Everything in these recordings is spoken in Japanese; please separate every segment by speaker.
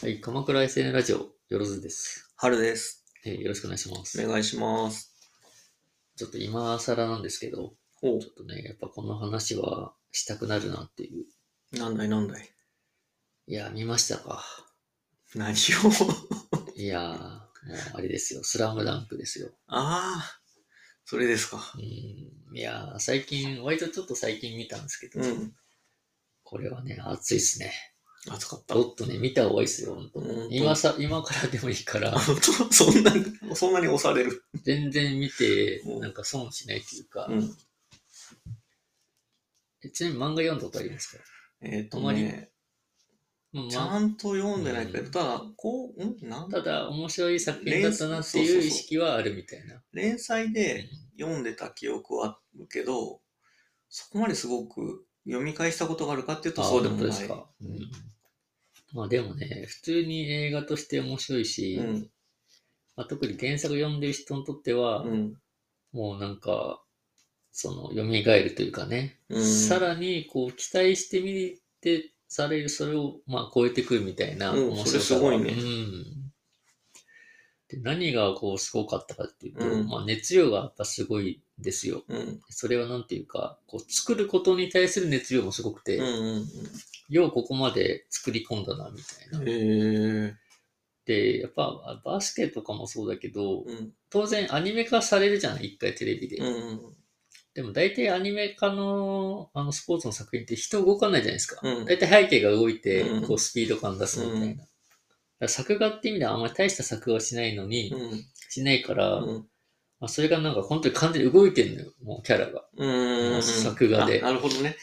Speaker 1: はい、鎌倉 SN ラジオ、よろずです、
Speaker 2: 春です。
Speaker 1: えーよろしくお願いします。
Speaker 2: お願いします。
Speaker 1: ちょっと今更なんですけど、
Speaker 2: おう
Speaker 1: ちょっとね、やっぱこの話はしたくなるなっていう。
Speaker 2: なんだいなんだい。
Speaker 1: いやー、見ましたか。
Speaker 2: 何を
Speaker 1: いやー、もうあれですよ、スラムダンクですよ。
Speaker 2: ああ、それですか。
Speaker 1: うーん、いやー、最近、割とちょっと最近見たんですけど、
Speaker 2: うん。
Speaker 1: これはね、熱いっすね。
Speaker 2: 暑かった。
Speaker 1: ちょっとね、見た方がいいっすよ、ほんと
Speaker 2: うん
Speaker 1: 今さ、今からでもいいから、
Speaker 2: 本当 そんな、そんなに押される。
Speaker 1: 全然見て、
Speaker 2: うん
Speaker 1: なんか損しないっていうか、
Speaker 2: ん。
Speaker 1: えちなみに漫画読んだことありますか
Speaker 2: えっ、
Speaker 1: あ
Speaker 2: と
Speaker 1: まり
Speaker 2: ね、
Speaker 1: まあ
Speaker 2: ちゃんと読んでないけ
Speaker 1: う
Speaker 2: ど、ただ、こう、んなん
Speaker 1: ただ面白い作品だったなっていう意識はあるみたいな。
Speaker 2: 連載で読んでた記憶はあるけど、そこまですごく読み返したことがあるかっていうと、そうでも
Speaker 1: 本
Speaker 2: な
Speaker 1: 当
Speaker 2: い。
Speaker 1: か、うんまあでもね、普通に映画として面白いし、
Speaker 2: うん。
Speaker 1: まあ、特に原作読んでる人にとっては、
Speaker 2: うん。
Speaker 1: もうなんか、その、蘇るというかね、
Speaker 2: うん
Speaker 1: さらにこう期待してみてされる、それをまあ超えてくるみたいな
Speaker 2: うん
Speaker 1: 面白さが、
Speaker 2: それすごいね
Speaker 1: うんで何がこうすごかったかっていうと、
Speaker 2: うん
Speaker 1: まあ、熱量がやっぱすごいですよ。
Speaker 2: うん。
Speaker 1: それはなんていうか、こう作ることに対する熱量もすごくて、
Speaker 2: うん。
Speaker 1: ようここまで作り込んだな、みたい
Speaker 2: うん。
Speaker 1: な。
Speaker 2: へえ。
Speaker 1: で、やっぱバスケとかもそうだけど、
Speaker 2: うん。
Speaker 1: 当然アニメ化されるじゃない、一回テレビで。
Speaker 2: うん。
Speaker 1: でも大体アニメ化のあのスポーツの作品って人動かないじゃないですか。
Speaker 2: うん
Speaker 1: 大体背景が動いて、
Speaker 2: うん
Speaker 1: こうスピード感出すみたいな。
Speaker 2: うん
Speaker 1: だから作画って意味ではあんまり大した作画をしないのに、
Speaker 2: うん。
Speaker 1: しないから、
Speaker 2: うん
Speaker 1: まあ、それがなんか本当に完全に動いてんのよ、もうキャラが。
Speaker 2: うーん。
Speaker 1: 作画で
Speaker 2: あなるほどね。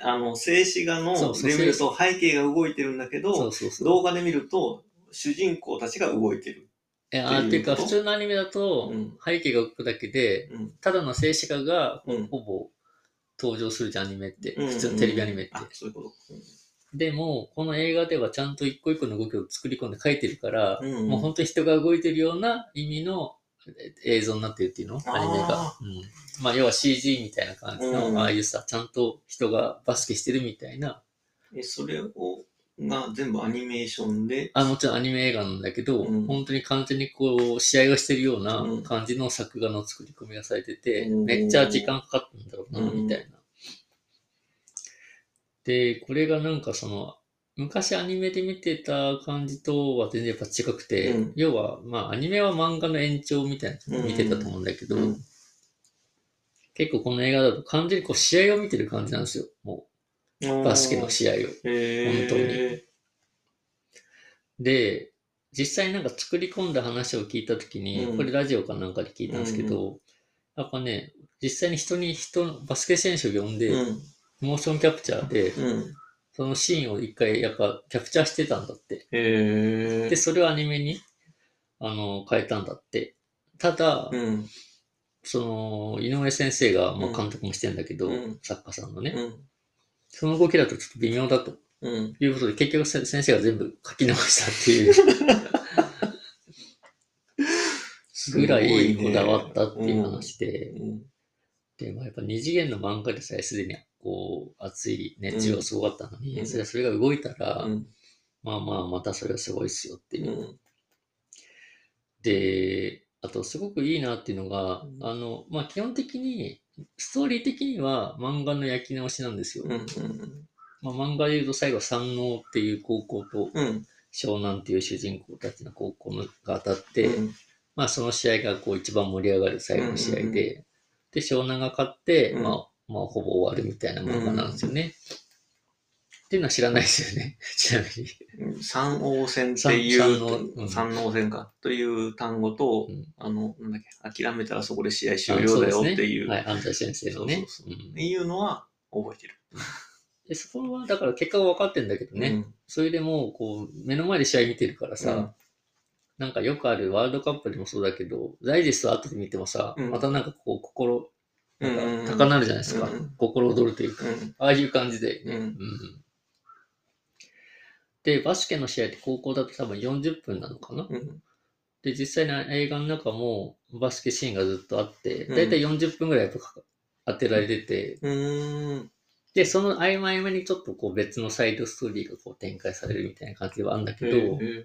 Speaker 2: あの、静止画の
Speaker 1: そうそう
Speaker 2: で見ると背景が動いてるんだけ
Speaker 1: そ
Speaker 2: ど
Speaker 1: う、そうそう。
Speaker 2: 動画で見ると主人公たちが動いてる。
Speaker 1: えあー
Speaker 2: っ
Speaker 1: ってて
Speaker 2: い
Speaker 1: いううか、
Speaker 2: こと
Speaker 1: 普通のアニメだと
Speaker 2: うん、
Speaker 1: 背景が動くだけで、
Speaker 2: うん。
Speaker 1: ただの静止画が
Speaker 2: うん。
Speaker 1: ほぼ登場するじゃん、アニメって。
Speaker 2: うん
Speaker 1: 普通のテレビアニメって。
Speaker 2: あ、そういうこと。
Speaker 1: でも、この映画ではちゃんと一個一個の動きを作り込んで描いてるから、
Speaker 2: うんうん
Speaker 1: もう本当に人が動いてるような意味のえ映像になってるっていうのアニメが
Speaker 2: あ。
Speaker 1: うん、まあ、要は CG みたいな感じの、
Speaker 2: うん
Speaker 1: ああいうさ、ちゃんと人がバスケしてるみたいな。
Speaker 2: え、それを、が全部アニメーションで、
Speaker 1: あもちろんアニメ映画なんだけど、
Speaker 2: うん
Speaker 1: 本当に完全にこう、試合をしてるような
Speaker 2: うん
Speaker 1: 感じの作画の作り込みがされてて、
Speaker 2: うん
Speaker 1: めっちゃ時間かかったんだろうな、
Speaker 2: うん
Speaker 1: みたいな。で、これがなんかその、昔アニメで見てた感じとは全然やっぱ違くて、
Speaker 2: うん
Speaker 1: 要は、まあアニメは漫画の延長みたいな感じで見てたと思うんだけど、
Speaker 2: うん
Speaker 1: 結構この映画だと完全にこう試合を見てる感じなんですよ。もう、バスケの試合を。
Speaker 2: へー
Speaker 1: で、実際なんか作り込んだ話を聞いたときに、
Speaker 2: うん
Speaker 1: これラジオかなんかで聞いたんですけど、やっぱね、実際に人に人の、バスケ選手を呼んで、モーションキャプチャーで、
Speaker 2: うん。うん。
Speaker 1: そのシーンを一回やっぱキャプチャーしてたんだって。
Speaker 2: へ
Speaker 1: で、
Speaker 2: ー
Speaker 1: それをアニメに、あの、変えたんだって。ただ、
Speaker 2: うん。
Speaker 1: その、井上先生が、まあ、
Speaker 2: うん
Speaker 1: 監督もしてんだけど、
Speaker 2: うん
Speaker 1: 作家さんのね、
Speaker 2: うん。
Speaker 1: その動きだとちょっと微妙だと
Speaker 2: うん。
Speaker 1: いうことで、結局せ先生が全部書き直したっていうぐらいこだわったっていう話で、
Speaker 2: うん。
Speaker 1: でもやっぱ二次元の漫画でさえすでにこう熱い熱量がすごかったのに、
Speaker 2: うん
Speaker 1: それそれが動いたら、
Speaker 2: うん。
Speaker 1: まあまあまたそれはすごいっすよっていう。
Speaker 2: うん。
Speaker 1: で、あとすごくいいなっていうのが、
Speaker 2: うん
Speaker 1: あの、まあ基本的に、ストーリー的には漫画の焼き直しなんですよ。
Speaker 2: うん。
Speaker 1: まあ、漫画で言うと最後山王っていう高校と
Speaker 2: うん。
Speaker 1: 湘南っていう主人公たちの高校のが当たって、
Speaker 2: うん。
Speaker 1: まあその試合がこう一番盛り上がる最後の試合で、
Speaker 2: うんうんうん
Speaker 1: で、湘南が勝って、
Speaker 2: うん
Speaker 1: まあ、まあほぼ終わるみたいな漫画なんですよね。っていうのは知らないですよね、 ちなみに。
Speaker 2: 三王戦ってい
Speaker 1: 三三王う
Speaker 2: う、
Speaker 1: ん
Speaker 2: 三王戦か、という単語と、
Speaker 1: うん
Speaker 2: あの、なんだっけ、諦めたらそこで試合終了だよっていう、
Speaker 1: はい、安西先生のね。
Speaker 2: そう
Speaker 1: うん
Speaker 2: っていうのは覚えてる。
Speaker 1: でそこは、だから結果は分かってんだけどね、それでもうこう、目の前で試合見てるからさ、
Speaker 2: うん
Speaker 1: なんかよくあるワールドカップでもそうだけど、ダイジェスト後で見てもさ、
Speaker 2: うん
Speaker 1: またなんかこう、心、
Speaker 2: う。
Speaker 1: なんんか高鳴るじゃないですか。
Speaker 2: うんうん
Speaker 1: 心躍るというか、
Speaker 2: うん。
Speaker 1: ああいう感じで、
Speaker 2: うん。
Speaker 1: うんで、バスケの試合って高校だと多分40分なのかな
Speaker 2: うん。
Speaker 1: で、実際の映画の中もバスケシーンがずっとあって、だいたい40分ぐらいやっぱか当てられてて、
Speaker 2: うーん。
Speaker 1: で、その合間合間にちょっとこう別のサイドストーリーがこう展開されるみたいな感じではあるんだけど、
Speaker 2: え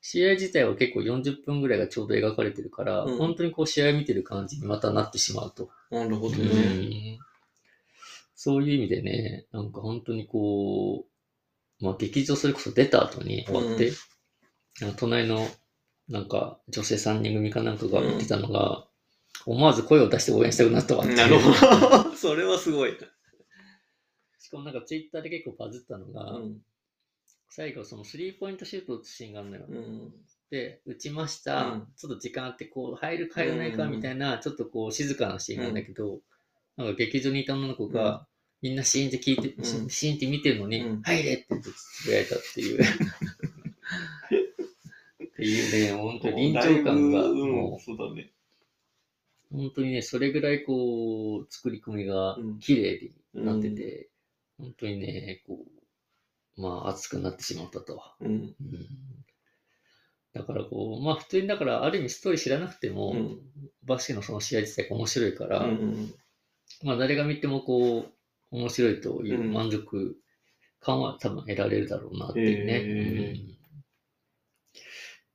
Speaker 1: 試合自体は結構40分ぐらいがちょうど描かれてるから、
Speaker 2: うん
Speaker 1: 本当にこう試合見てる感じにまたなってしまうと。
Speaker 2: えなるほど
Speaker 1: う
Speaker 2: ね。
Speaker 1: んそういう意味でね、なんか本当にこう、まあ劇場それこそ出た後に終わって、なんか隣のなんか女性3人組かなんかが見てたのが、思わず声を出して応援したくなったわっていう
Speaker 2: なるほ ど。それはすごい。
Speaker 1: しかもなんかツイッターで結構バズったの
Speaker 2: う
Speaker 1: が、
Speaker 2: ん。
Speaker 1: 最後そのスリーポイントシュートを打つシーンがあるのよ。
Speaker 2: うん。
Speaker 1: で、打ちました、
Speaker 2: うん
Speaker 1: ちょっと時間あって、こう、入るか入らないかみたいな、ちょっとこう、静かなシーンなんだけど、なんか劇場にいた女の子が、
Speaker 2: う
Speaker 1: みんなシーンって聞いて、し
Speaker 2: うん
Speaker 1: シーンって見てるのに、
Speaker 2: うん
Speaker 1: 入れってずっとつぶやいたっていう。っていうね、本当臨場感が、
Speaker 2: うん、
Speaker 1: も
Speaker 2: そうだね。
Speaker 1: う、本当にね、それぐらいこう、作り込みが
Speaker 2: うん
Speaker 1: 綺麗になってて、本当にね、こう、まあ、熱くなってしまったと。
Speaker 2: うん。
Speaker 1: うんだからこう、まあ普通にだからある意味ストーリー知らなくても、
Speaker 2: うん
Speaker 1: バスケのその試合自体が面白いから、
Speaker 2: うん。
Speaker 1: まあ誰が見てもこう、面白いという
Speaker 2: うん
Speaker 1: 満足感は多分得られるだろうなっていうね。
Speaker 2: へー
Speaker 1: うん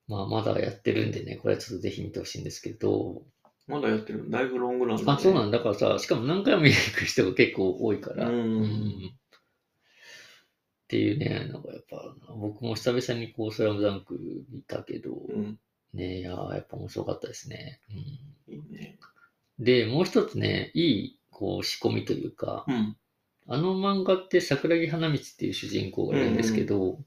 Speaker 1: まあまだやってるんでね、これはちょっとぜひ見てほしいんですけど、
Speaker 2: まだやってるのだいぶロングランだね
Speaker 1: あ、そうなんだ。だからさ、しかも何回も見に行く人が結構多いから、
Speaker 2: うん
Speaker 1: っていうね、なんかやっぱ、僕も久々にこう、スラムダンク見たけど、
Speaker 2: うん。
Speaker 1: ね、いやーやっぱ面白かったですね。
Speaker 2: いいね。
Speaker 1: うん、で、もう一つね、いい、こう、仕込みというか、
Speaker 2: うん。
Speaker 1: あの漫画って桜木花道っていう主人公がいるんですけど、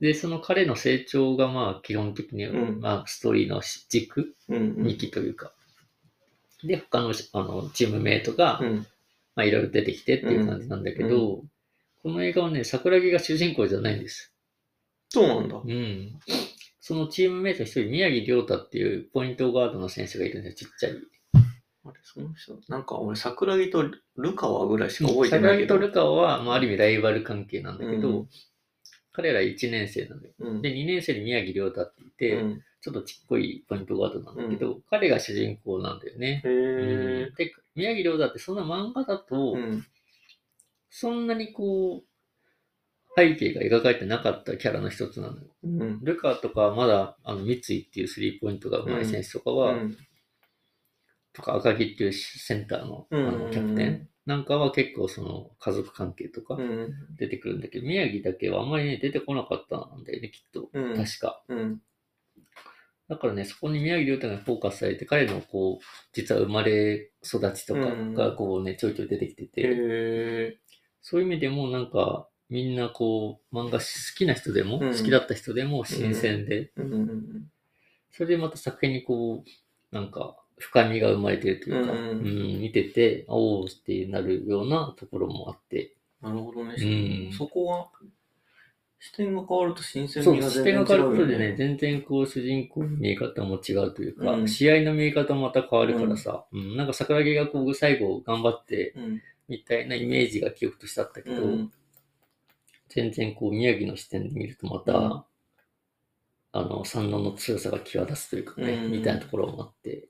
Speaker 1: で、その彼の成長が、まあ、基本的に、
Speaker 2: うん
Speaker 1: まあ、ストーリーの軸、
Speaker 2: うん。うん
Speaker 1: 2期というか、で、他のあのチームメイトが、
Speaker 2: うん。
Speaker 1: まあ、いろいろ出てきてっていう感じなんだけど、この映画はね、桜木が主人公じゃないんです。
Speaker 2: そうなんだ。
Speaker 1: うん。そのチームメイトの一人、宮城亮太っていうポイントガードの選手がいるんですよ、ちっちゃい。
Speaker 2: あれ、その人、なんか俺、桜木とルカワぐらいしか覚えてないけ
Speaker 1: 木
Speaker 2: ど。
Speaker 1: とルカワは、まあ、ある意味ライバル関係なんだけど、
Speaker 2: うん
Speaker 1: 彼ら1年生なのよ。
Speaker 2: うん。
Speaker 1: で、2年生に宮城亮太っていうて、
Speaker 2: ん、
Speaker 1: ちょっとちっこいポイントガードなんだけど、彼が主人公なんだよね。
Speaker 2: へ
Speaker 1: う
Speaker 2: え
Speaker 1: ん。で、宮城亮太ってそんな漫画だと、
Speaker 2: ん。
Speaker 1: そんなにこう、背景が描かれてなかったキャラの一つなのよ。
Speaker 2: うん。
Speaker 1: ルカとか、まだ、あの、三井っていうスリーポイントが上手い選手とかは、
Speaker 2: うん
Speaker 1: とか、赤木っていうセンターのあのキャプテンなんかは結構その家族関係とか
Speaker 2: うん。
Speaker 1: 出てくるんだけど、宮城だけはあんまりね、出てこなかったんだよね、きっと。
Speaker 2: うん。
Speaker 1: 確か。
Speaker 2: うん。
Speaker 1: だからね、そこに宮城亮太がフォーカスされて、彼のこう、実は生まれ育ちとかがこうね、ちょいちょい出てきて
Speaker 2: へ
Speaker 1: て、
Speaker 2: え。
Speaker 1: そういう意味でもなんか、みんなこう、漫画好きな人でも、
Speaker 2: うん
Speaker 1: 好きだった人でも新鮮で、
Speaker 2: うん。
Speaker 1: それでまた作品にこう、なんか、深みが生まれてるというか、
Speaker 2: う
Speaker 1: うんん、見てて、おおってなるようなところもあって、
Speaker 2: なるほどね。
Speaker 1: うん
Speaker 2: そこは、視点が変わると新鮮
Speaker 1: そ
Speaker 2: 味
Speaker 1: う、
Speaker 2: が
Speaker 1: 視
Speaker 2: 全
Speaker 1: 点
Speaker 2: 然違
Speaker 1: が
Speaker 2: う
Speaker 1: 変わる
Speaker 2: よね。
Speaker 1: ことでね、全然こう、主人公の見え方も違うというか、
Speaker 2: うん
Speaker 1: 試合の見え方もまた変わるからさ、うんなんか桜木がこう、最後頑張って、
Speaker 2: うん。
Speaker 1: みたいなイメージが記憶としてあったけど、
Speaker 2: うん。
Speaker 1: 全然こう、宮城の視点で見るとまた、
Speaker 2: うん
Speaker 1: あの、三能の強さが際立つというかね、
Speaker 2: うん
Speaker 1: みたいなところもあって、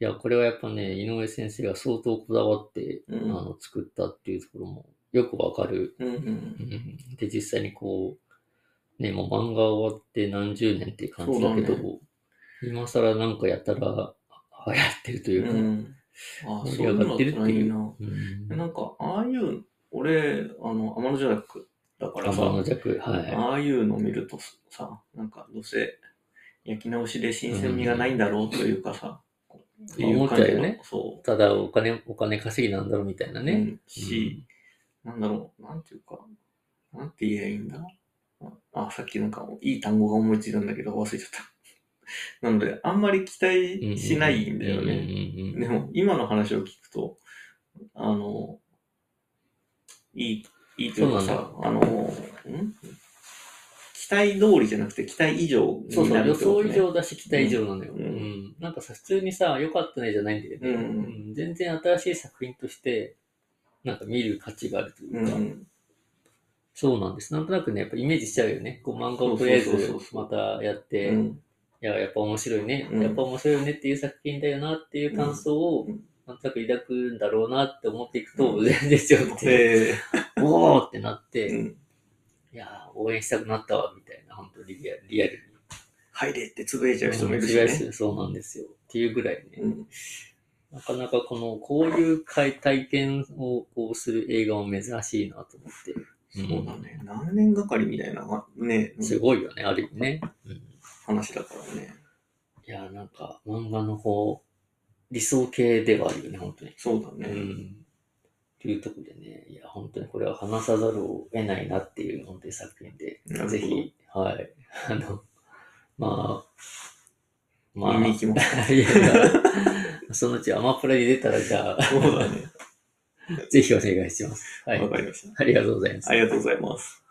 Speaker 1: いや、これはやっぱね、井上先生が相当こだわって、
Speaker 2: うん
Speaker 1: あの、作ったっていうところもよくわかる。
Speaker 2: うん。う
Speaker 1: うんんで、実際にこう、ね、もう漫画終わって何十年っていう感じだけど、
Speaker 2: そうだ
Speaker 1: 今更なんかやったら流行ってるという
Speaker 2: う
Speaker 1: か、
Speaker 2: ん。あ、
Speaker 1: 盛
Speaker 2: そ
Speaker 1: り
Speaker 2: うい
Speaker 1: 上
Speaker 2: う
Speaker 1: が
Speaker 2: の
Speaker 1: っ
Speaker 2: ってて
Speaker 1: るってい。
Speaker 2: いううな。
Speaker 1: うん
Speaker 2: なんか、ああいう、俺、あの、天の邪悪だからさ、
Speaker 1: 天の弱、は
Speaker 2: ああいうの見るとさ、なんかどうせ焼き直しで新鮮味がないんだろうというかさ、ってい
Speaker 1: 思っちゃうよね
Speaker 2: 感じのそ
Speaker 1: い。ただお金、お金稼ぎなんだろうみたいな
Speaker 2: う。
Speaker 1: ね。
Speaker 2: うんし、なんだろう、なんていうか、なんて言えばいいんだあ、さっきなんかいい単語が思いついた んだけど忘れちゃった。なので、あんまり期待しないんだよ
Speaker 1: う
Speaker 2: ね。
Speaker 1: んうんうん
Speaker 2: でも、今の話を聞くと、あの、いい、いいというかさ、あの、ん期待通りじゃなくて期待以上
Speaker 1: そう
Speaker 2: に
Speaker 1: そ
Speaker 2: な
Speaker 1: う、
Speaker 2: る
Speaker 1: 予
Speaker 2: ってこと
Speaker 1: 想
Speaker 2: ね
Speaker 1: 以上だし期待以上なのよ。
Speaker 2: う
Speaker 1: うんん。なんかさ、普通にさ、良かったねじゃないんだよね、
Speaker 2: うん
Speaker 1: うん全然新しい作品として、なんか見る価値があるというか、
Speaker 2: うん。
Speaker 1: そうなんです。なんとなくね、やっぱイメージしちゃうよね。こう漫画をとりあえず
Speaker 2: そうそうそうそう
Speaker 1: またやっ
Speaker 2: う
Speaker 1: て、
Speaker 2: ん。
Speaker 1: いや、やっぱ面白いね、
Speaker 2: うん
Speaker 1: やっぱ面白いねっていう作品だよなっていう感想を、
Speaker 2: うん
Speaker 1: なんとなく抱くんだろうなって思っていくと、
Speaker 2: うん
Speaker 1: 全然違くて、
Speaker 2: え
Speaker 1: おーってなって、
Speaker 2: え
Speaker 1: い
Speaker 2: うん。
Speaker 1: やー、応援したくなったわ、みたいな、本当リアルリアルに。
Speaker 2: 入れってつぶやいちゃう人もいるし
Speaker 1: 違い
Speaker 2: ね。
Speaker 1: すそうなんですよ。っていうぐらいね、
Speaker 2: うん。
Speaker 1: なかなかこの、こういう体体験をこうする映画も珍しいなと思って、
Speaker 2: そうだね。何年がかりみたいな、ね、
Speaker 1: すごいよね、ある意味ね。うん
Speaker 2: 話だからね。
Speaker 1: いや、なんか、漫画の方、理想系ではあるよね、本当に。
Speaker 2: そうだ
Speaker 1: うん。
Speaker 2: ね。
Speaker 1: っていうとこでね、いや、本当にこれは話さざるを得ないなっていう、本当に作品で、
Speaker 2: なるほど
Speaker 1: ぜひ、はい。あの、まあ、ま
Speaker 2: 見に行きます。
Speaker 1: あ、 いやいやそのうちアマプラに出たら、じゃあ、
Speaker 2: そうだね。
Speaker 1: ぜひお願いします。はい
Speaker 2: わ。かりまし
Speaker 1: ありがとうございます
Speaker 2: た。あ。りがとうございます。